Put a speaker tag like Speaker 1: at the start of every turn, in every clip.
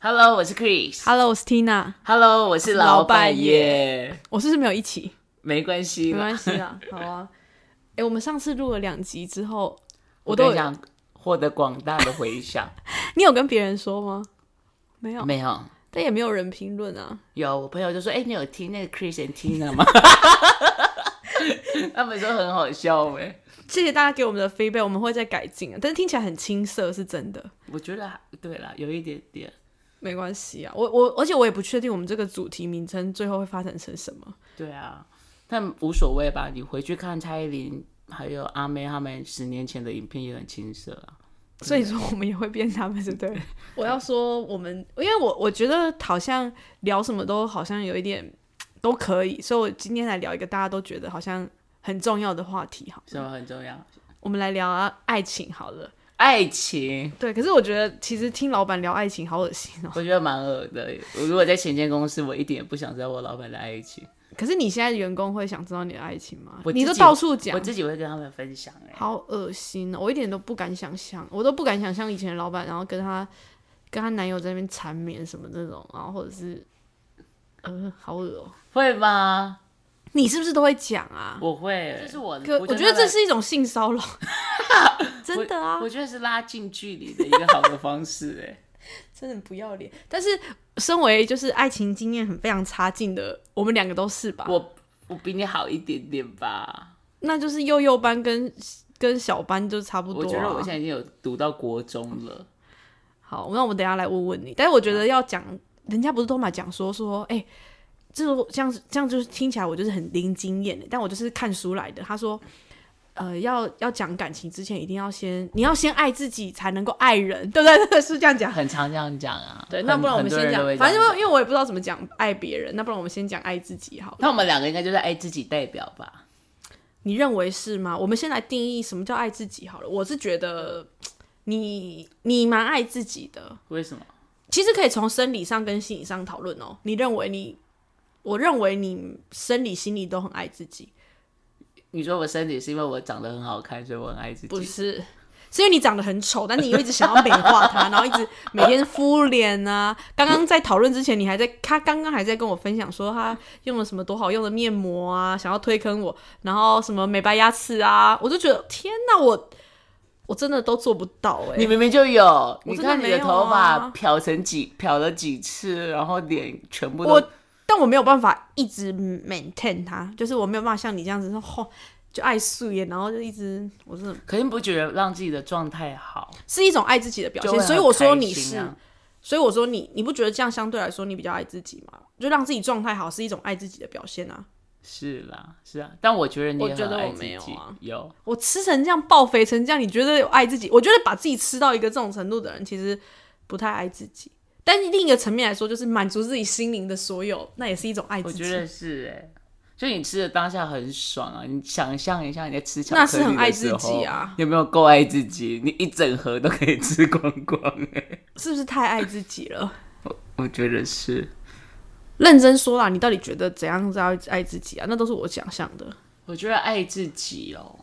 Speaker 1: Hello，我是 Chris。
Speaker 2: Hello，我是 Tina，
Speaker 1: Hello，我是老板耶。
Speaker 2: 我是不是没有一起？
Speaker 1: 没关系
Speaker 2: 没
Speaker 1: 啦，
Speaker 2: 关系啦，好啊。哎、我们上次录了两集之后，
Speaker 1: 我
Speaker 2: 我
Speaker 1: 跟
Speaker 2: 都
Speaker 1: 你
Speaker 2: 有，
Speaker 1: 讲，获得广大的回响。
Speaker 2: 你有跟别人说吗？ 没有，
Speaker 1: 没有，
Speaker 2: 但也没有人评论啊。
Speaker 1: 有我朋友就说：“哎、你有听那个 Chris and Tina 吗？” 他们说很好笑哎、
Speaker 2: 谢谢大家给我们的 feedback，我们会再改进啊。但是听起来很青涩，是真的。
Speaker 1: 我觉得还对啦，有一点点。
Speaker 2: 没关系啊，我我而且我也不确定我们这个主题名称最后会发展成什么。
Speaker 1: 对啊，但无所谓吧。你回去看蔡依林还有阿妹他们十年前的影片也很青涩啊。
Speaker 2: 所以说我们也会变他们，对不对？ 我要说我们，因为我我觉得好像聊什么都好像有一点都可以，所以我今天来聊一个大家都觉得好像很重要的话题哈。
Speaker 1: 什么很重要？
Speaker 2: 我们来聊、啊、爱情好了。
Speaker 1: 爱情，
Speaker 2: 对，可是我觉得其实听老板聊爱情好恶心哦。
Speaker 1: 我觉得蛮恶的。我如果在前间公司，我一点也不想知道我老板的爱情，
Speaker 2: 可是你现在员工会想知道你的爱情吗
Speaker 1: 我？自己
Speaker 2: 你都到处
Speaker 1: 我
Speaker 2: 讲，
Speaker 1: 自己会跟他们分享、欸。
Speaker 2: 好恶心哦！我一点都不敢想象，我都不敢想象以前的老板，然后跟她跟她男友在那边缠绵什么那种，然后或者是，呃，好恶哦、
Speaker 1: 会吗？
Speaker 2: 你是不是都会讲啊？
Speaker 1: 我会，这是我
Speaker 2: 可我觉得这是一种性骚 扰，真的啊
Speaker 1: 我，觉得是拉近距离的一个好的方式、欸。
Speaker 2: 真的很不要脸。但是身为就是爱情经验很非常差劲的，我们两个都是吧？
Speaker 1: 我我比你好一点点吧。
Speaker 2: 那就是幼幼班跟跟小班就差不多、啊。
Speaker 1: 我觉得我现在已经有读到国中了。
Speaker 2: 好，那我们等一下来问问你。但是我觉得要讲，人家不是都嘛讲说说，哎、这种这样子这样就是听起来我就是很零经验的，但我就是看书来的。他说，呃，要要讲感情之前，一定要先你要先爱自己，才能够爱人，对不对？是不是这样讲。
Speaker 1: 很常这样讲啊。
Speaker 2: 啊对，
Speaker 1: 很
Speaker 2: 那不然我们先
Speaker 1: 很多人都
Speaker 2: 讲，
Speaker 1: 会
Speaker 2: 反
Speaker 1: 这
Speaker 2: 正
Speaker 1: 样
Speaker 2: 因为我也不知道怎么讲爱别人，那不然我们先讲爱自己好了。
Speaker 1: 那我们两个应该就是爱自己代表吧？
Speaker 2: 你认为是吗？我们先来定义什么叫爱自己好了。我是觉得你你蛮爱自己的，
Speaker 1: 为什么？
Speaker 2: 其实可以从生理上跟心理上讨论哦。你认为你，我认为你生理、心理都很爱自己，
Speaker 1: 你说我身体是因为我长得很好看，所以我很爱自
Speaker 2: 不
Speaker 1: 己。
Speaker 2: 是？是因为你长得很丑，但你又一直想要美化 它，然后一直每天敷脸啊。刚刚在讨论之前，你还在他刚刚还在跟我分享说他用了什么多好用的面膜啊，想要推坑我，然后什么美白牙齿啊，我就觉得天哪，我我真的都做不到哎、
Speaker 1: 你明明就有，你
Speaker 2: 真的
Speaker 1: 看你
Speaker 2: 没
Speaker 1: 的
Speaker 2: 有
Speaker 1: 头发
Speaker 2: 啊
Speaker 1: 漂成几漂了几次，然后脸全部都
Speaker 2: 我但我没有办法一直 maintain 它，就是我没有办法像你这样子说，吼就爱素颜，然后就一直，我真的
Speaker 1: 可是你不觉得让自己的状态好，
Speaker 2: 是一种爱自己的表
Speaker 1: 就
Speaker 2: 现。
Speaker 1: 会
Speaker 2: 所以
Speaker 1: 很
Speaker 2: 我说
Speaker 1: 开
Speaker 2: 你
Speaker 1: 心
Speaker 2: 是，
Speaker 1: 啊
Speaker 2: 所以我说你，你不觉得这样相对来说你比较爱自己吗？就让自己状态好是一种爱自己的表现啊！
Speaker 1: 是啦，是啊，但我觉得你
Speaker 2: 我
Speaker 1: 也
Speaker 2: 觉
Speaker 1: 很
Speaker 2: 得
Speaker 1: 爱
Speaker 2: 我
Speaker 1: 自
Speaker 2: 没有
Speaker 1: 己
Speaker 2: 啊
Speaker 1: 有
Speaker 2: 我吃成这样，爆肥成这样，你觉得有爱自己？我觉得把自己吃到一个这种程度的人，其实不太爱自己。但另一个层面来说，就是满足自己心灵的所有，那也是一种爱
Speaker 1: 我
Speaker 2: 自己
Speaker 1: 觉。得是哎、就你吃的当下很爽啊！你想象一下你在吃巧克力
Speaker 2: 那是很
Speaker 1: 的
Speaker 2: 爱
Speaker 1: 时
Speaker 2: 自己
Speaker 1: 候
Speaker 2: 啊，
Speaker 1: 有没有够爱自己？你一整盒都可以吃光光哎、
Speaker 2: 是不是太爱自己了？
Speaker 1: 我觉得是，
Speaker 2: 认真说啦，你到底觉得怎样叫爱自己啊？那都是我想象的。
Speaker 1: 我觉得爱自己哦，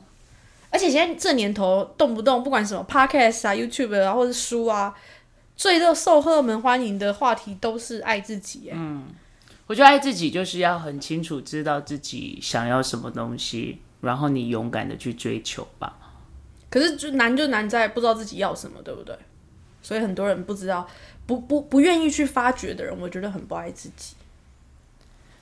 Speaker 2: 而且现在这年头，动不动不管什么 podcast 啊、YouTube 啊，或者是书啊，最热受荷尔蒙欢迎的话题都是爱自己、耶
Speaker 1: 我觉得爱自己就是要很清楚知道自己想要什么东西，然后你勇敢的去追求吧。
Speaker 2: 可是就难就难在不知道自己要什么，对不对？所以很多人不知道，不不不愿意去发掘的人，我觉得很不爱自己，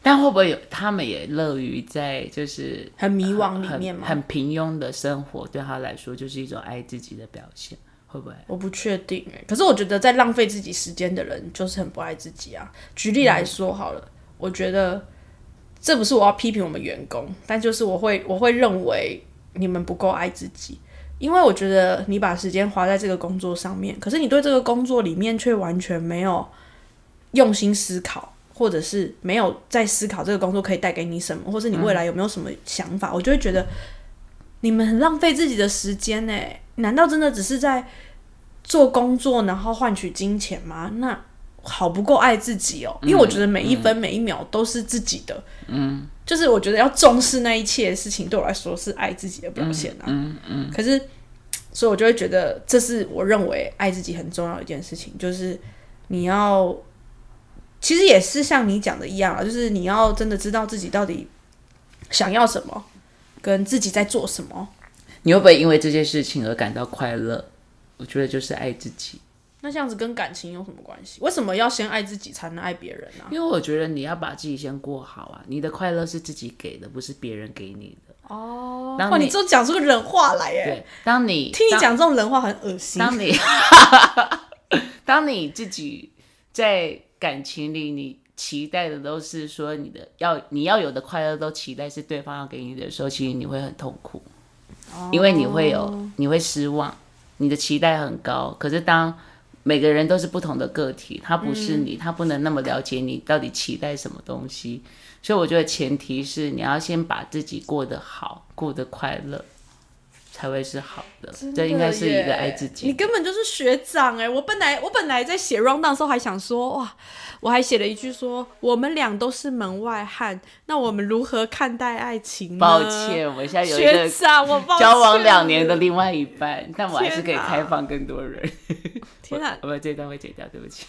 Speaker 1: 但会不会有他们也乐于在就是
Speaker 2: 很迷惘里
Speaker 1: 很
Speaker 2: 面嘛。
Speaker 1: 很平庸的生活，对他来说就是一种爱自己的表现，会不会？
Speaker 2: 我不确定哎、可是我觉得在浪费自己时间的人，就是很不爱自己啊。举例来说好了，我觉得这不是我要批评我们员工，但就是我会我会认为你们不够爱自己，因为我觉得你把时间花在这个工作上面，可是你对这个工作里面却完全没有用心思考。或者是没有在思考这个工作可以带给你什么，或是你未来有没有什么想法，我就会觉得你们很浪费自己的时间呢、难道真的只是在做工作然后换取金钱吗？那好不够爱自己哦，因为我觉得每一分每一秒都是自己的。嗯，就是我觉得要重视那一切事情，对我来说是爱自己的表现啊。嗯嗯。可是，所以我就会觉得这是我认为爱自己很重要的一件事情，就是你要其实也是像你讲的一样啊，就是你要真的知道自己到底想要什么，跟自己在做什么。
Speaker 1: 你会不会因为这件事情而感到快乐？我觉得就是爱自己，
Speaker 2: 那这样子跟感情有什么关系？为什么要先爱自己才能爱别人呢、啊
Speaker 1: 因为我觉得你要把自己先过好啊。你的快乐是自己给的，不是别人给你的。哦，
Speaker 2: 哇，
Speaker 1: 当
Speaker 2: 你
Speaker 1: 你
Speaker 2: 这讲出个人话来耶！
Speaker 1: 对，当你
Speaker 2: 听你
Speaker 1: 当
Speaker 2: 讲这种人话很恶心。
Speaker 1: 当你 当你自己在感情里，你期待的都是说你的要你要有的快乐都期待是对方要给你的时候，其实你会很痛苦，因为你会有你会失望，你的期待很高，可是当每个人都是不同的个体，他不是你，他不能那么了解你到底期待什么东西，所以我觉得前提是你要先把自己过得好，过得快乐，才会是好的。这应该是一个爱自己
Speaker 2: 你根本就是学长哎！我本来我本来在写 round down 的时候还想说哇，我还写了一句说我们俩都是门外汉，那我们如何看待爱情呢？
Speaker 1: 抱，歉，我现在有一
Speaker 2: 学
Speaker 1: 个
Speaker 2: 长，我抱 歉
Speaker 1: 交往两年的。另外一 半，但我还是可以
Speaker 2: 天哪
Speaker 1: 开放更多人。
Speaker 2: 天啊哪，
Speaker 1: 我们这段会剪掉，对不起。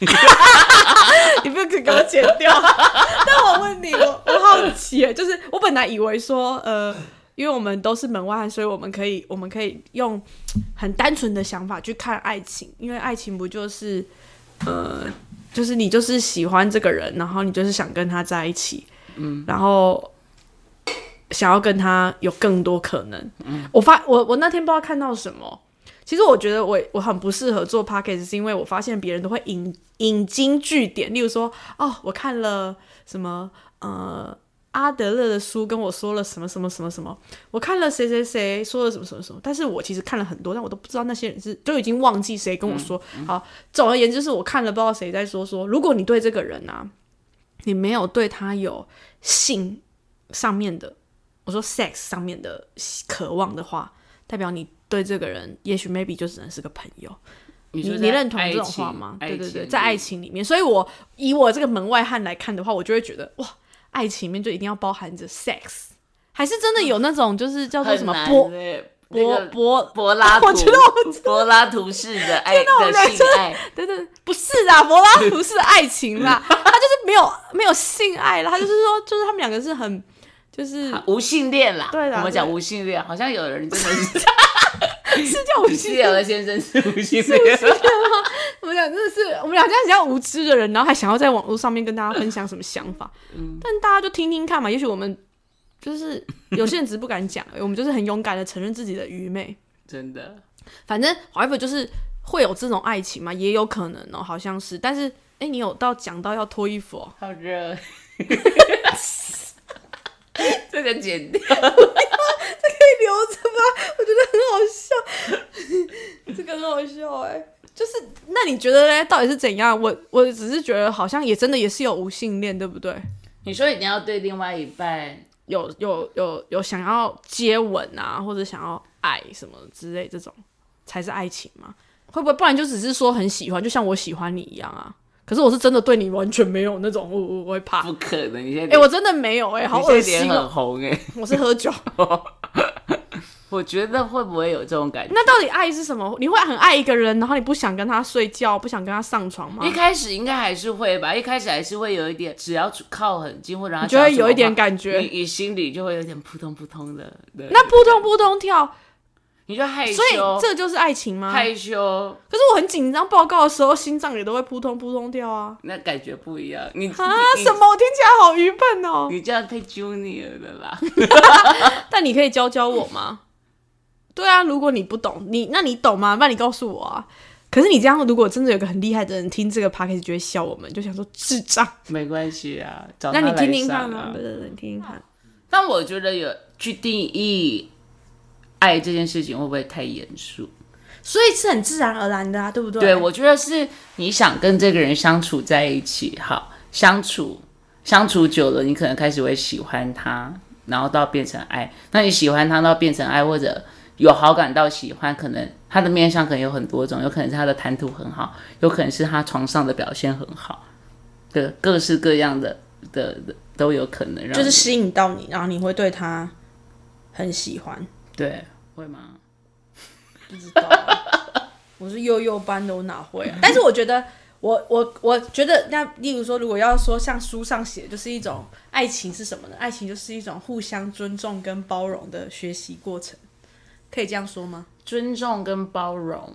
Speaker 2: 你不要给我剪掉。 但我问你，我我好奇耶，就是我本来以为说，呃，因为我们都是门外汉，所以我们可以我们可以用很单纯的想法去看爱情，因为爱情不就是，呃，就是你就是喜欢这个人，然后你就是想跟他在一起，嗯，然后。想要跟他有更多可能，我发我我那天不知道看到什么，其实我觉得我我很不适合做 podcast，是因为我发现别人都会引引经据典，例如说，哦，我看了什么呃阿德勒的书，跟我说了什么什么什么什么，我看了谁谁谁说了什么什么什么，但是我其实看了很多，但我都不知道那些人是就已经忘记谁跟我说。好，总而言之是我看了不知道谁在说说，如果你对这个人啊，你没有对他有性上面的，我说 sex 上面的渴望的话，代表你对这个人也许 maybe 就只能是个朋友。
Speaker 1: 你
Speaker 2: 你
Speaker 1: 说
Speaker 2: 你
Speaker 1: 在
Speaker 2: 认同
Speaker 1: 爱
Speaker 2: 这种
Speaker 1: 情
Speaker 2: 话吗？
Speaker 1: 爱
Speaker 2: 对对
Speaker 1: 情
Speaker 2: 对，
Speaker 1: 里
Speaker 2: 在爱情里面，所以我以我这个门外汉来看的话，我就会觉得哇，爱情里面就一定要包含着 sex，还是真的有那种就是叫做
Speaker 1: 很
Speaker 2: 什么
Speaker 1: 难
Speaker 2: 波
Speaker 1: 欸那
Speaker 2: 波
Speaker 1: 个
Speaker 2: 波，
Speaker 1: 柏拉图，
Speaker 2: 我觉得
Speaker 1: 柏拉图式的爱
Speaker 2: 哪我
Speaker 1: 的
Speaker 2: 们
Speaker 1: 性爱，
Speaker 2: 对对，对不是啊，柏拉 图是爱情啦，他就是没有没有性爱啦，他就是说就是他们两个是很就是
Speaker 1: 啊无性恋啦。
Speaker 2: 对啦
Speaker 1: 我们讲
Speaker 2: 对
Speaker 1: 无性恋，好像有人真的 是
Speaker 2: 是叫我
Speaker 1: 古
Speaker 2: 性
Speaker 1: 希尔的先生 是无性恋，
Speaker 2: 我们俩真的是，我们俩这样比较无知的人，然后还想要在网络上面跟大家分享什么想 法，但大家就听听看嘛，也许我们就是有些人只是不敢讲，我们就是很勇敢的承认自己的愚昧。
Speaker 1: 真的。
Speaker 2: 反正 however 就是会有这种爱情嘛，也有可能哦，好像是，但是哎、诶你有到讲到要脱衣服哦，
Speaker 1: 好热，这个剪掉。
Speaker 2: 可以 留着吧，我觉得很好笑， 这个很好笑哎、就是，那你觉得嘞？到底是怎样？我我只是觉得好像也真的也是有无性恋，对不对？
Speaker 1: 你说一定要对另外一半
Speaker 2: 有有有有想要接吻啊，或者想要爱什么之类，这种才是爱情吗？会不会不然就只是说很喜欢，就像我喜欢你一样啊？可是我是真的对你完全没有那种，我我我会怕。
Speaker 1: 不可能，你现在
Speaker 2: 哎、
Speaker 1: 脸
Speaker 2: 我真的没有哎、好
Speaker 1: 你
Speaker 2: 恶
Speaker 1: 现在脸
Speaker 2: 心哦、
Speaker 1: 很红哎。
Speaker 2: 我是喝酒。
Speaker 1: 我觉得会不会有这种感觉？
Speaker 2: 那到底爱是什么？你会很爱一个人，然后你不想跟他睡觉，不想跟他上床吗
Speaker 1: 一？开始应该还是会吧，一开始还是会有一点，只要靠很近或者他
Speaker 2: 你就会
Speaker 1: 讲什么
Speaker 2: 有一点
Speaker 1: 话
Speaker 2: 感觉
Speaker 1: 你你心里就会有点扑通扑通的。对
Speaker 2: 那扑通扑通跳，
Speaker 1: 你就害羞，
Speaker 2: 所以这就是爱情吗？
Speaker 1: 害羞
Speaker 2: 可是我很紧张报告的时候，心脏也都会扑通扑通跳啊。
Speaker 1: 那感觉不一样。你
Speaker 2: 啊，
Speaker 1: 你
Speaker 2: 什么？我听起来好愚笨哦、
Speaker 1: 你这样太 junior 了啦。
Speaker 2: 但你可以教教我吗？对啊，如果你不懂，你那你懂吗？那你告诉我啊。可是你这样，如果真的有个很厉害的人听这个 p o d c a s t 就会笑我们，就想说智障。
Speaker 1: 没关系啊，找
Speaker 2: 那
Speaker 1: 他
Speaker 2: 你听
Speaker 1: 来
Speaker 2: 听看
Speaker 1: 上
Speaker 2: 嘛，
Speaker 1: 啊
Speaker 2: 对。对对，你听听看。
Speaker 1: 但我觉得有去定义爱这件事情会不会太严肃？
Speaker 2: 所以是很自然而然的啊，对不对？
Speaker 1: 对，我觉得是你想跟这个人相处在一起，好相处相处久了，你可能开始会喜欢他，然后到变成爱。那你喜欢他到变成爱，或者有好感到喜欢，可能他的面相可能有很多种，有可能是他的谈吐很好，有可能是他床上的表现很好，对，各式各样的的的都有可能让你。
Speaker 2: 就是吸引到你，然后你会对他很喜欢。
Speaker 1: 对，会吗？
Speaker 2: 不知道啊，我是幼幼班的，我哪会啊？但是我觉得，我我我觉得，那例如说，如果要说像书上写，就是一种爱情是什么呢？爱情就是一种互相尊重跟包容的学习过程，可以这样说吗？
Speaker 1: 尊重跟包容，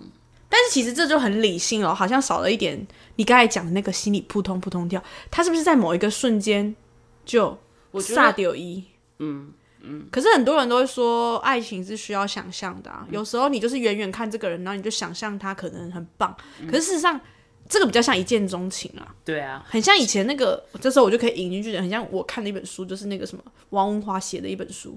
Speaker 2: 但是其实这就很理性了，好像少了一点你刚才讲的那个心里扑通扑通跳，他是不是在某一个瞬间就
Speaker 1: 我觉得
Speaker 2: 萨丢一？嗯嗯。可是很多人都会说，爱情是需要想象的、啊，
Speaker 1: 嗯
Speaker 2: 有时候你就是远远看这个人，然后你就想象他可能很棒，
Speaker 1: 嗯
Speaker 2: 可是事实上这个比较像一见钟情啊。
Speaker 1: 对啊，
Speaker 2: 很像以前那个，这时候我就可以引经据典，很像我看的一本书，就是那个什么王文华写的一本书，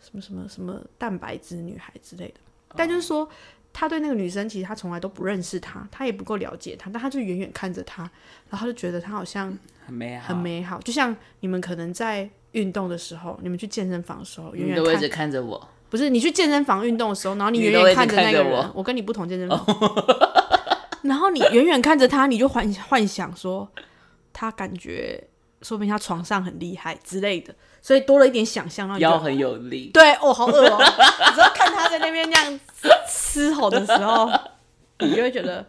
Speaker 2: 什么什么什么蛋白质女孩之类的。
Speaker 1: 哦
Speaker 2: 但就是说，他对那个女生其实他从来都不认识她，他也不够了解她，但他就远远看着她，然后他就觉得她好像
Speaker 1: 很美好，
Speaker 2: 很美好，就像你们可能在运动的时候，你们去健身房的时候，远
Speaker 1: 你
Speaker 2: 远
Speaker 1: 嗯都会一
Speaker 2: 看
Speaker 1: 直看着我，
Speaker 2: 不是你去健身房运动的时候，然后你
Speaker 1: 你
Speaker 2: 远
Speaker 1: 都会
Speaker 2: 远
Speaker 1: 一直
Speaker 2: 看着那
Speaker 1: 看
Speaker 2: 个
Speaker 1: 着
Speaker 2: 人，
Speaker 1: 我
Speaker 2: 我跟你不同健 身房，然后你远远看着他，你就幻幻想说他感觉说不定他床上很厉害之类的，所以多了一点想象，然后你
Speaker 1: 腰
Speaker 2: 就
Speaker 1: 很有力，
Speaker 2: 对哦，好饿哦， 你知道看他在那边那样嘶吼的时候，你就会觉得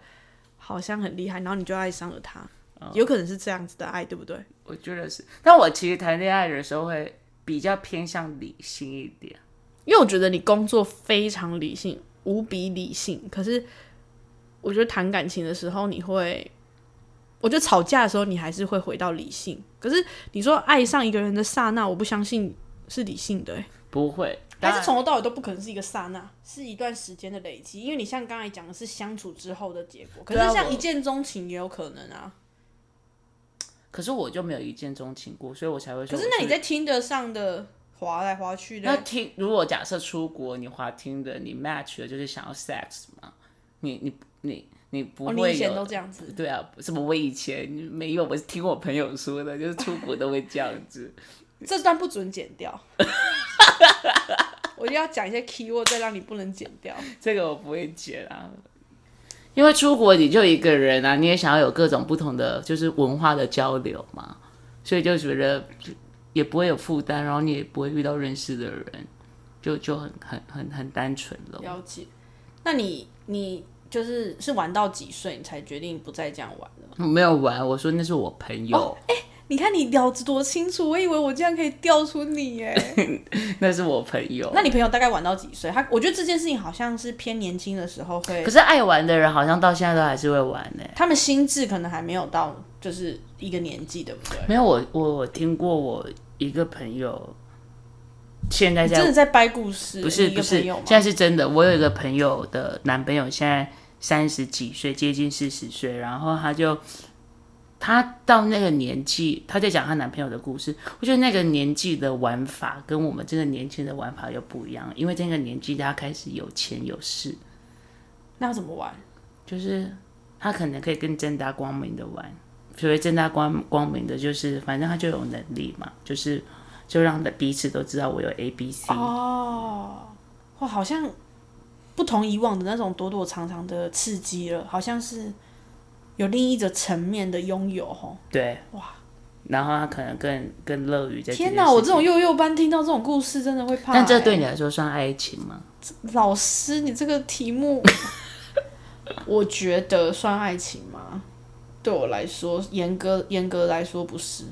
Speaker 2: 好像很厉害，然后你就爱上了他，
Speaker 1: 哦
Speaker 2: 有可能是这样子的爱，对不对？
Speaker 1: 我觉得是。但我其实谈恋爱的时候会比较偏向理性一点，
Speaker 2: 因为我觉得你工作非常理性，无比理性。可是我觉得谈感情的时候，你会，我觉得吵架的时候，你还是会回到理性。可是你说爱上一个人的刹那，我不相信是理性的、欸，
Speaker 1: 不会，
Speaker 2: 但
Speaker 1: 但
Speaker 2: 是从头到尾都不可能是一个刹那，是一段时间的累积。因为你像刚才讲的是相处之后的结果，可
Speaker 1: 对啊
Speaker 2: 是像
Speaker 1: 我
Speaker 2: 一见钟情也有可能啊。
Speaker 1: 可是我就没有一见钟情过，所以我才会
Speaker 2: 可
Speaker 1: 说我。
Speaker 2: 是那你在听得上的划来划去
Speaker 1: 那
Speaker 2: 的，
Speaker 1: 听，如果假设出国，你滑听的，你 match 的就是想要 sex 嘛？你你你你不
Speaker 2: 哦，
Speaker 1: 会
Speaker 2: 你
Speaker 1: 有、
Speaker 2: 以前都这样子。
Speaker 1: 对啊，什么我以前没有，我是听我朋友说的，就是出国都会这样子。
Speaker 2: 这段不准剪掉。 我一定要讲一些 keyword，再让你不能剪掉。
Speaker 1: 这个我不会剪啊，因为出国你就一个人啊，你也想要有各种不同的就是文化的交流嘛，所以就觉得也不会有负担，然后你也不会遇到认识的人，就就很很很很单纯了。
Speaker 2: 了解。那你你就是是玩到几岁你才决定不再这样玩了？
Speaker 1: 我没有玩，我说那是我朋友，
Speaker 2: 你看你了解多清楚，我以为我这样可以调出你耶。
Speaker 1: 那是我朋友。
Speaker 2: 那你朋友大概玩到几岁？他我觉得这件事情好像是偏年轻的时候 会
Speaker 1: 可，是爱玩的人好像到现在都还是会玩呢、
Speaker 2: 他们心智可能还没有到就是一个年纪，对不对？
Speaker 1: 没有，我我我听过我一个朋友，现在
Speaker 2: 你
Speaker 1: 在
Speaker 2: 真的在掰故事，
Speaker 1: 不是
Speaker 2: 你一个
Speaker 1: 不是，
Speaker 2: 朋友
Speaker 1: 现
Speaker 2: 吗？
Speaker 1: 在是真的。我有一个朋友的男朋友，现在三十几岁，接近四十岁，然后他就他到那个年纪，他在讲她男朋友的故事。我觉得那个年纪的玩法跟我们这个年轻的玩法又不一样，因为这个年纪他开始有钱有势，
Speaker 2: 那要怎么玩？
Speaker 1: 就是他可能可以更正大光明的玩。所谓正大光光明的，就是反正他就有能力嘛，就是就让彼此都知道我有 A B C，、
Speaker 2: 哦，哇，好像不同以往的那种躲躲藏藏的刺激了，好像是有另一个层面的拥有吼。
Speaker 1: 对，
Speaker 2: 哇，
Speaker 1: 然后他可能更更乐于在
Speaker 2: 天
Speaker 1: 哪，
Speaker 2: 哪，我这种幼幼班听到这种故事真的会怕、
Speaker 1: 但这对
Speaker 2: 欸
Speaker 1: 你来说算爱情吗？
Speaker 2: 老师，你这个 题目，我觉得算爱情吗？对我来说，严格严格来说不是，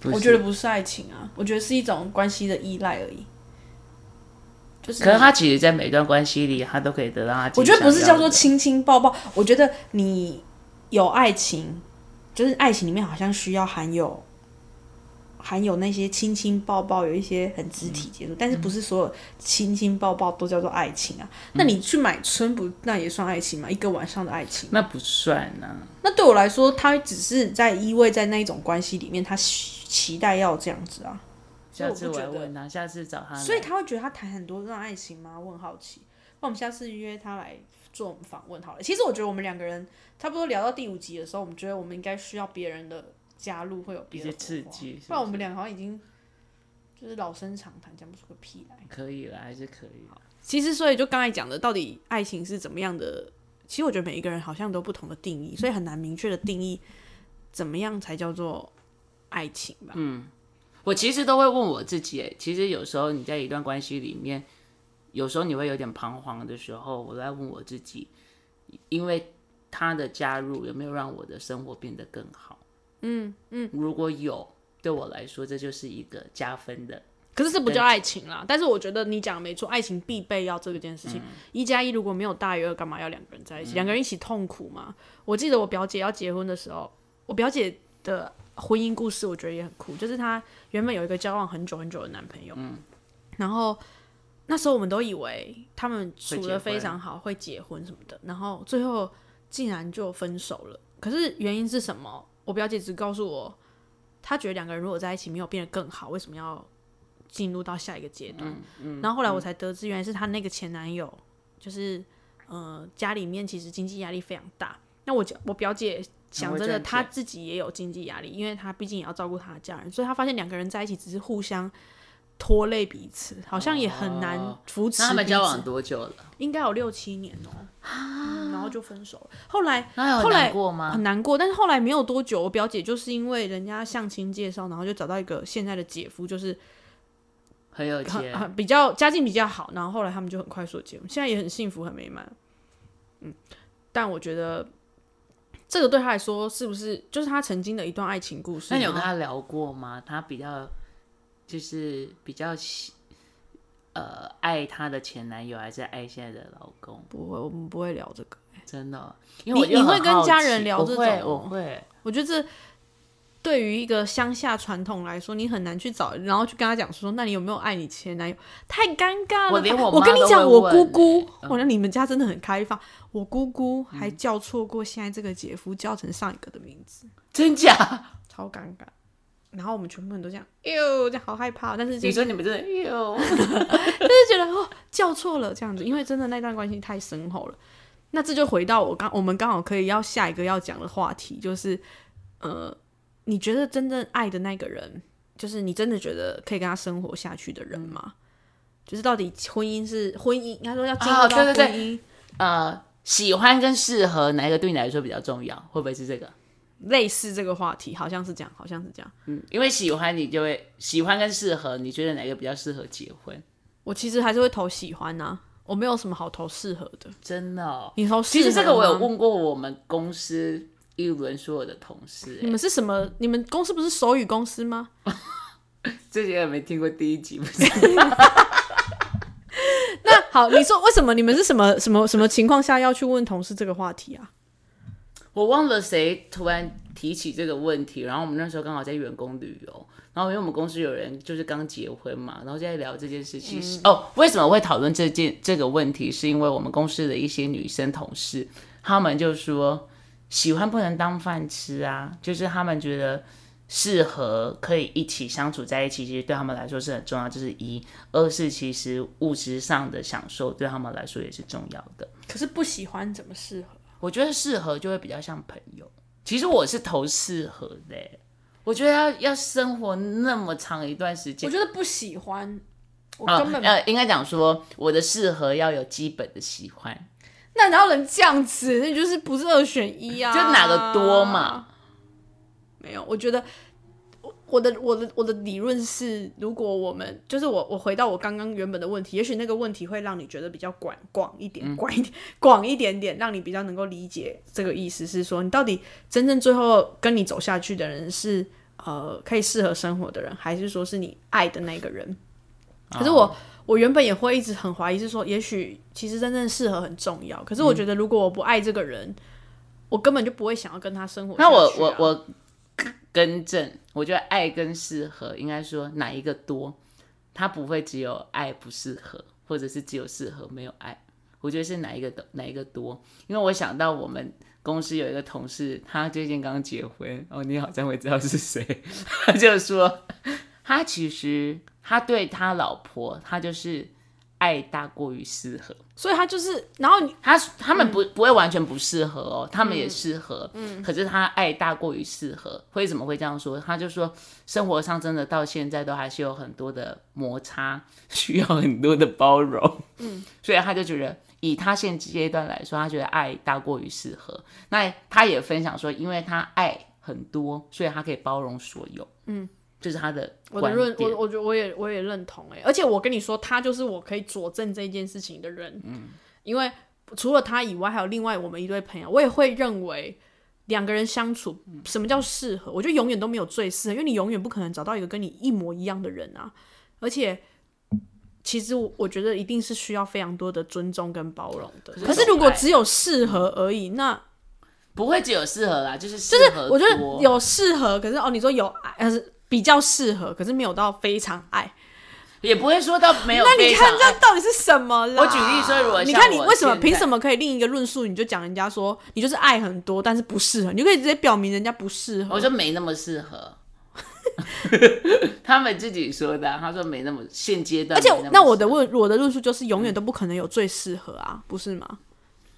Speaker 1: 不
Speaker 2: 我
Speaker 1: 是
Speaker 2: 觉得不是爱情啊，我觉得是一种关系的依赖而已。就是
Speaker 1: 可是他其实，在每段关系里，他都可以得到他。
Speaker 2: 我觉得不是叫做，亲亲抱抱，我觉得你有爱情，就是爱情里面好像需要含有含有那些亲亲抱抱，有一些很肢体接触，但是不是所有亲亲抱抱都叫做爱情啊？那你去买春不那也算爱情吗？一个晚上的爱情，
Speaker 1: 那不算啊。
Speaker 2: 那对我来说，它只是在依偎在那一种关系里面，他期待要这样子啊。所以
Speaker 1: 下
Speaker 2: 我
Speaker 1: 次
Speaker 2: 不
Speaker 1: 我
Speaker 2: 觉
Speaker 1: 来
Speaker 2: 得
Speaker 1: 问他，下次找他啊来。
Speaker 2: 所以他会觉得他谈很多段爱情吗？我很好奇。那我们下次约他来做我们访问好了。其实我觉得我们两个人差不多聊到第五集的时候，我们觉得我们应该需要别人的加入，会有别的
Speaker 1: 一些刺
Speaker 2: 火花
Speaker 1: 激是不是
Speaker 2: 不然我们两个好像已经就是老生常谈，讲不出个屁来。
Speaker 1: 可以了，还是可以啦。
Speaker 2: 其实，所以就刚才讲的，到底爱情是怎么样的？其实我觉得每一个人好像都不同的定义，所以很难明确的定义怎么样才叫做爱情吧。
Speaker 1: 嗯我其实都会问我自己，欸其实有时候你在一段关系里面，有时候你会有点彷徨的时候，我都在问我自己，因为他的加入有没有让我的生活变得更好？嗯嗯，如果有，对我来说这就是一个加分的。
Speaker 2: 可是这不叫爱情啦，但是我觉得你讲的没错，爱情必备要这个件事情。一加一如果没有大于二，干嘛要两个人在一起？两、个人一起痛苦嘛？我记得我表姐要结婚的时候，我表姐的婚姻故事我觉得也很酷，就是她原本有一个交往很久很久的男朋友，然后那时候我们都以为他们处的非常好，会结婚什么的，然后最后竟然就分手了。可是原因是什么？我表姐只告诉我，她觉得两个人如果在一起没有变得更好，为什么要进入到下一个阶段？
Speaker 1: 嗯
Speaker 2: 然后后来我才得知，原来是她那个前男友，就是呃家里面其实经济压力非常大。那我我表姐讲真
Speaker 1: 很会
Speaker 2: 的，
Speaker 1: 赚钱
Speaker 2: 她自己也有经济压力，因为她毕竟也要照顾她的家人，所以她发现两个人在一起只是互相拖累彼此，好像也很难扶持彼此。
Speaker 1: 哦那他们交往多啊久了？
Speaker 2: 应该有六七年哦、嗯然后就分手了。后来
Speaker 1: 那有
Speaker 2: 后
Speaker 1: 哎
Speaker 2: 来
Speaker 1: 难过吗？
Speaker 2: 很难过，但是后来没有多久，我表姐就是因为人家相亲介绍，然后就找到一个现在的姐夫，就是
Speaker 1: 很有
Speaker 2: 很
Speaker 1: 钱，
Speaker 2: 很比较家境比较好，然后后来他们就很快速地结婚，现在也很幸福很美满。嗯，但我觉得这个对他来说是不是就是他曾经的一段爱情故事？
Speaker 1: 那你有跟
Speaker 2: 然后
Speaker 1: 他聊过吗？他比较就是比较喜呃爱她的前男友，还是爱现在的老公？
Speaker 2: 不会，我们不会聊这个。
Speaker 1: 真的哦，因为我
Speaker 2: 你
Speaker 1: 就
Speaker 2: 你会
Speaker 1: 很
Speaker 2: 跟
Speaker 1: 好
Speaker 2: 家
Speaker 1: 奇
Speaker 2: 人聊
Speaker 1: 我
Speaker 2: 这
Speaker 1: 会
Speaker 2: 种
Speaker 1: 我
Speaker 2: 吗
Speaker 1: 会，
Speaker 2: 我觉得这对于一个乡下传统来说，你很难去找，然后去跟他讲说，那你有没有爱你前男友？太尴尬了吧。
Speaker 1: 我连我
Speaker 2: 我
Speaker 1: 妈
Speaker 2: 跟你
Speaker 1: 都
Speaker 2: 讲，
Speaker 1: 会
Speaker 2: 我
Speaker 1: 问
Speaker 2: 姑
Speaker 1: 欸
Speaker 2: 姑，
Speaker 1: 嗯
Speaker 2: 我、那你们家真的很开放。我姑姑还叫错过现在这个姐夫，叫成上一个的名字，
Speaker 1: 真假？
Speaker 2: 超尴尬。然后我们全部人都这样，哟，这样好害怕。但 是就
Speaker 1: 你
Speaker 2: 是
Speaker 1: 说你们真的 哟？
Speaker 2: 就是觉得哦，叫错了这样子，因为真的那段关系太深厚了。那这就回到我刚我们刚好可以要下一个要讲的话题，就是呃，你觉得真正爱的那个人，就是你真的觉得可以跟他生活下去的人吗？
Speaker 1: 嗯
Speaker 2: 就是到底婚姻是婚姻，应该说要进入
Speaker 1: 哦
Speaker 2: 到婚姻，
Speaker 1: 对对对呃，喜欢跟适合哪一个对你来说比较重要？会不会是这个？
Speaker 2: 类似这个话题，好像是这样，好像是这样。
Speaker 1: 嗯，因为喜欢你就会喜欢跟适合，你觉得哪个比较适合结婚？
Speaker 2: 我其实还是会投喜欢呐、啊我没有什么好投适合的。
Speaker 1: 真的、哦，
Speaker 2: 你投
Speaker 1: 其实
Speaker 2: 适合
Speaker 1: 这个我有
Speaker 2: 吗，
Speaker 1: 问过我们公司一轮所有的同事、
Speaker 2: 你
Speaker 1: 哎
Speaker 2: 们是什么？你们公司不是手语公司吗？
Speaker 1: 这些人没听过第一集，不是？
Speaker 2: 那好，你说为什么你们是什 么什么什么情况下要去问同事这个话题啊？
Speaker 1: 我忘了谁突然提起这个问题，然后我们那时候刚好在员工旅游，然后因为我们公司有人就是刚结婚嘛，然后就在聊这件事情。是哦，为什么会讨论这件这个问题？是因为我们公司的一些女生同事，她们就说喜欢不能当饭吃啊，就是她们觉得。适合可以一起相处在一起，其实对他们来说是很重要。这、是一，二是其实物质上的享受对他们来说也是重要的。
Speaker 2: 可是不喜欢怎么适合？
Speaker 1: 我觉得适合就会比较像朋友。其实我是投适合的欸、我觉得要要生活那么长一段时间
Speaker 2: 我，觉得不喜欢，我
Speaker 1: 啊
Speaker 2: 根本、
Speaker 1: 呃，应该讲说我的适合要有基本的喜欢，
Speaker 2: 那哪有人这样子？那就是不是二选一啊？
Speaker 1: 就哪个多嘛？
Speaker 2: 没有，我觉得我我的我的我的理论是，如果我们就是我我回到我刚刚原本的问题，也许那个问题会让你觉得比较广广一点，
Speaker 1: 嗯
Speaker 2: 广一点，广一点点，让你比较能够理解这个意思是说，你到底真正最后跟你走下去的人是呃可以适合生活的人，还是说是你爱的那个人？
Speaker 1: 啊
Speaker 2: 可是我、我原本也会一直很怀疑，是说也许其实真正适合很重要，可是我觉得如果我不爱这个人，我根本就不会想要跟他生活、啊
Speaker 1: 嗯那我我。我更正，我觉得爱跟适合应该说哪一个多，它不会只有爱不适合，或者是只有适合没有爱。我觉得是哪一个多哪一个多，因为我想到我们公司有一个同事，他最近刚结婚，哦，你好像会知道是谁，他就说他其实他对他老婆，他就是爱大过于适合。
Speaker 2: 所以他就是，然后你
Speaker 1: 他他
Speaker 2: 嗯
Speaker 1: 们不、不会完全不适合哦，他们也适合，嗯，可是他爱大过于适合，为什么会这样说？他就说生活上真的到现在都还是有很多的摩擦，需要很多的包容，嗯， 所以他就觉得以他现阶段来说，他觉得爱大过于适合。那他也分享说，因为他爱很多，所以他可以包容所有，嗯，这是他的
Speaker 2: 我的
Speaker 1: 观
Speaker 2: 认，
Speaker 1: 点
Speaker 2: 我。我觉得我也欸我也认同哎、而且我跟你说，他就是我可以佐证这件事情的人，嗯，因为除了他以外，还有另外我们一对朋友，我也会认为两个人相处，
Speaker 1: 嗯
Speaker 2: 什么叫适合？我觉得永远都没有最适合，因为你永远不可能找到一个跟你一模一样的人啊。而且，其实我我觉得一定是需要非常多的尊重跟包容的。
Speaker 1: 可是
Speaker 2: 可是如果
Speaker 1: 爱
Speaker 2: 只有适合而已，那
Speaker 1: 不会只有适合啦，就是就
Speaker 2: 就是我觉
Speaker 1: 啊
Speaker 2: 得有适合，可是哦，你说有爱，但是比较适合，可是没有到非常爱。
Speaker 1: 也不会说到没有
Speaker 2: 那你
Speaker 1: 非常哎
Speaker 2: 看这到底是什么啦？
Speaker 1: 我举例说如果像
Speaker 2: 你看你
Speaker 1: 我
Speaker 2: 为什么
Speaker 1: 现在
Speaker 2: 凭什么可以另一个论述你就讲人家说你就是爱很多，但是不适合，你就可以直接表明人家不适合。
Speaker 1: 我说没那么适合。 他们自己说的啊、他说没那么现阶段
Speaker 2: 而
Speaker 1: 没
Speaker 2: 且
Speaker 1: 么适合。
Speaker 2: 那我的论我的论述就是永远都不可能有最适合
Speaker 1: 嗯
Speaker 2: 啊，不是吗？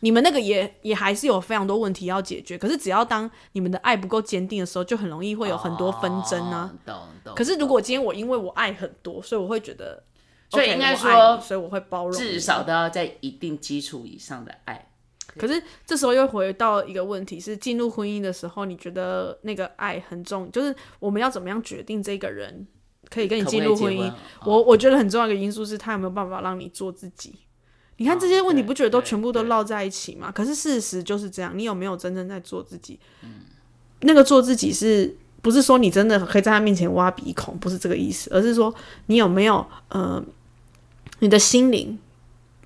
Speaker 2: 你们那个也也还是有非常多问题要解决，可是只要当你们的爱不够坚定的时候，就很容易会有很多纷争啊。
Speaker 1: 哦，懂懂。
Speaker 2: 可是如果今天我因为我爱很多，所以我会觉得，
Speaker 1: 所以
Speaker 2: OK，
Speaker 1: 应该
Speaker 2: 我爱
Speaker 1: 说
Speaker 2: 你所以我会包容你，
Speaker 1: 至少都要在一定基础以上的爱，
Speaker 2: 可是这时候又回到一个问题是，进入婚姻的时候，你觉得那个爱很重，就是我们要怎么样决定这个人可以跟你
Speaker 1: 可不
Speaker 2: 进
Speaker 1: 可
Speaker 2: 入
Speaker 1: 以结
Speaker 2: 婚
Speaker 1: 婚？
Speaker 2: 姻？
Speaker 1: 哦
Speaker 2: 我我觉得很重要的一个因素是他有没有办法让你做自己。你看这些问题，
Speaker 1: 对
Speaker 2: 不觉得都
Speaker 1: 啊对
Speaker 2: 全部都
Speaker 1: 对
Speaker 2: 绕在一起吗？可是事实就是这样，你有没有真正在做自己？那个做自己是不是说你真的可以在他面前挖鼻孔？不是这个意思，而是说你有没有呃，你的心灵、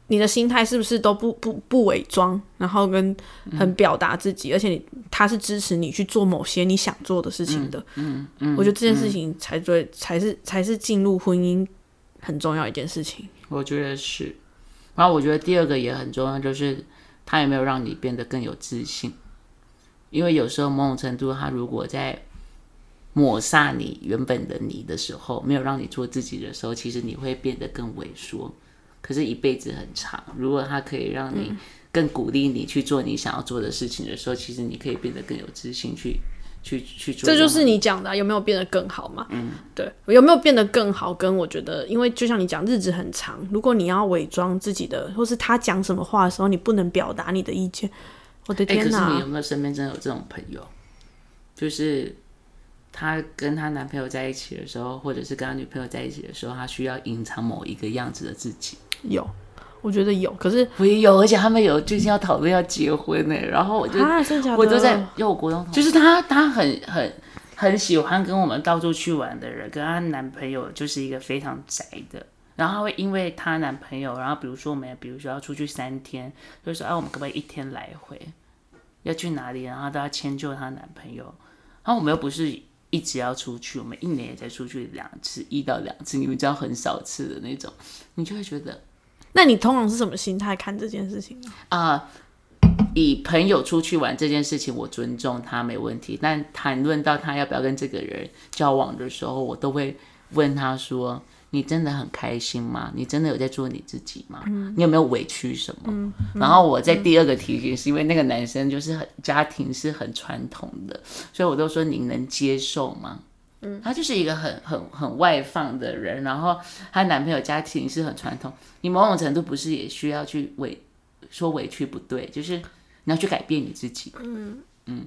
Speaker 2: 你的心态是不是都不不不伪装，然后跟
Speaker 1: 嗯
Speaker 2: 很表达自己，而且你他是支持你去做某些你想做的事情的。
Speaker 1: 嗯嗯，
Speaker 2: 我觉得这件事情才对，才是才是进入婚姻很重要一件事情。
Speaker 1: 我觉得是。然后我觉得第二个也很重要，就是他有没有让你变得更有自信。因为有时候某种程度，他如果在抹杀你原本的你的时候，没有让你做自己的时候，其实你会变得更萎缩。可是，一辈子很长，如果他可以让你更鼓励你去做你想要做的事情的时候，其实你可以变得更有自信去去去做
Speaker 2: 这
Speaker 1: 任何。
Speaker 2: 就是你讲的啊、有没有变得更好嘛？嗯，对，有没有变得更好？跟我觉得，因为就像你讲，日子很长，如果你要伪装自己的，或是他讲什么话的时候，你不能表达你的意见，我的
Speaker 1: 哎、可
Speaker 2: 天
Speaker 1: 是
Speaker 2: 哪！
Speaker 1: 你有没有身边真的有这种朋友？就是她跟她男朋友在一起的时候，或者是跟她女朋友在一起的时候，她需要隐藏某一个样子的自己。
Speaker 2: 有，我觉得有，可是
Speaker 1: 我也有，而且他们有最近要讨论要结婚呢、然后我就、
Speaker 2: 啊，真的假的？
Speaker 1: 我都在，因为我国中同，就是她她很很很喜欢跟我们到处去玩的人，跟她男朋友就是一个非常宅的。然后她会因为她男朋友，然后比如说我们，比如说要出去三天，就说啊，我们可不可以一天来回？要去哪里？然后都要迁就她男朋友。然后我们又不是一直要出去，我们一年也才出去两次，一到两次，你们知道很少次的那种，你就会觉得
Speaker 2: 那你通常是什么心态看这件事情呢？
Speaker 1: 啊、以朋友出去玩这件事情，我尊重他没问题。但谈论到他要不要跟这个人交往的时候，我都会问他说：“你真的很开心吗？你真的有在做你自己吗？你有没有委屈什么？”然后我在第二个提醒，是因为那个男生就是很家庭是很传统的，所以我都说你能接受吗？嗯，他就是一个很很很外放的人，然后她男朋友家庭是很传统，你某种程度不是也需要去委说委屈不对，就是你要去改变你自己。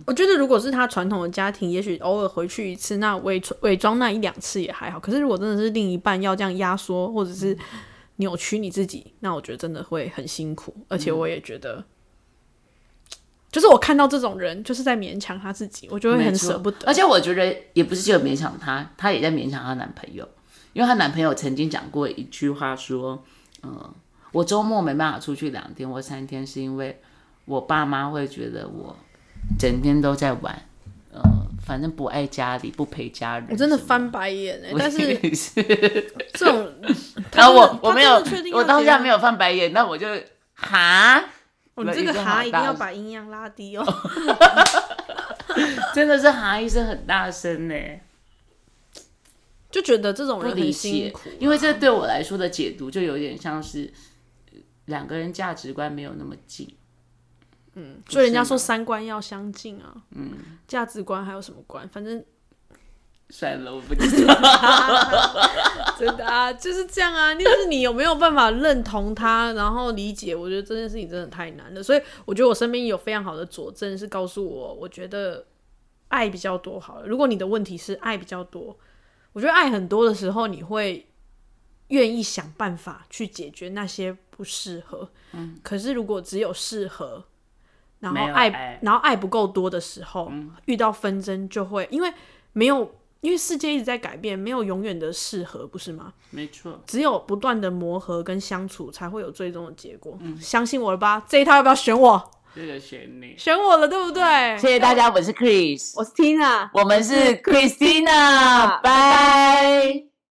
Speaker 2: 我觉得如果是他传统的家庭，也许偶尔回去一次，那伪装伪装那一两次也还好。可是如果真的是另一半要这样压缩或者是扭曲你自己，那我觉得真的会很辛苦。而
Speaker 1: 嗯
Speaker 2: 且我也觉得，就是我看到这种人就是在勉强他自己，我就会
Speaker 1: 没
Speaker 2: 很
Speaker 1: 错
Speaker 2: 舍不得。
Speaker 1: 而且我觉得也不是只有勉强她，她也在勉强她男朋友，因为她男朋友曾经讲过一句话说，嗯、我周末没办法出去两天或三天，是因为我爸妈会觉得我整天都在玩，呃，反正不爱家里，不陪家人。
Speaker 2: 我真的翻白眼哎、
Speaker 1: 我
Speaker 2: 但是
Speaker 1: 也是
Speaker 2: 这种，
Speaker 1: 然
Speaker 2: 他
Speaker 1: 后
Speaker 2: 真
Speaker 1: 我
Speaker 2: 的
Speaker 1: 我没有，我当下没，有翻白眼，那我就哈，
Speaker 2: 他真
Speaker 1: 一
Speaker 2: 的确定要结婚吗哦你这个
Speaker 1: 声
Speaker 2: 哈
Speaker 1: 好
Speaker 2: 一定
Speaker 1: 大
Speaker 2: 要
Speaker 1: 声
Speaker 2: 把音量拉低哦。
Speaker 1: 真的是哈一声很大声呢、
Speaker 2: 就觉得这种
Speaker 1: 不
Speaker 2: 人
Speaker 1: 理
Speaker 2: 很辛
Speaker 1: 解
Speaker 2: 苦，，啊
Speaker 1: 因为这对我来说的解读就有点像是呃两个人价值观没有那么近。
Speaker 2: 所以人家说三观要相近啊，嗯，价值观还有什么观？反正
Speaker 1: 算了，我不知道。
Speaker 2: 真的啊，就是这样啊。就是你有没有办法认同他，然后理解？我觉得这件事情真的太难了。所以我觉得我身边有非常好的佐证，是告诉我，我觉得爱比较多好了。如果你的问题是爱比较多，我觉得爱很多的时候，你会愿意想办法去解决那些不适合。嗯，可是如果只有适合，然后
Speaker 1: 没有
Speaker 2: 爱，
Speaker 1: 爱嗯
Speaker 2: 然后爱不够多的时候，遇到纷争就会因为没有，因为世界一直在改变，没有永远的适合，不是吗？
Speaker 1: 没错，
Speaker 2: 只有不断的磨合跟相处，才会有最终的结果。
Speaker 1: 嗯
Speaker 2: 相信我了吧？这一套要不要选我？
Speaker 1: 这个选你。
Speaker 2: 选我了，对不对？
Speaker 1: 谢谢大家，我是 Chris，
Speaker 2: 我是 Tina。
Speaker 1: 我们是 Christina，拜。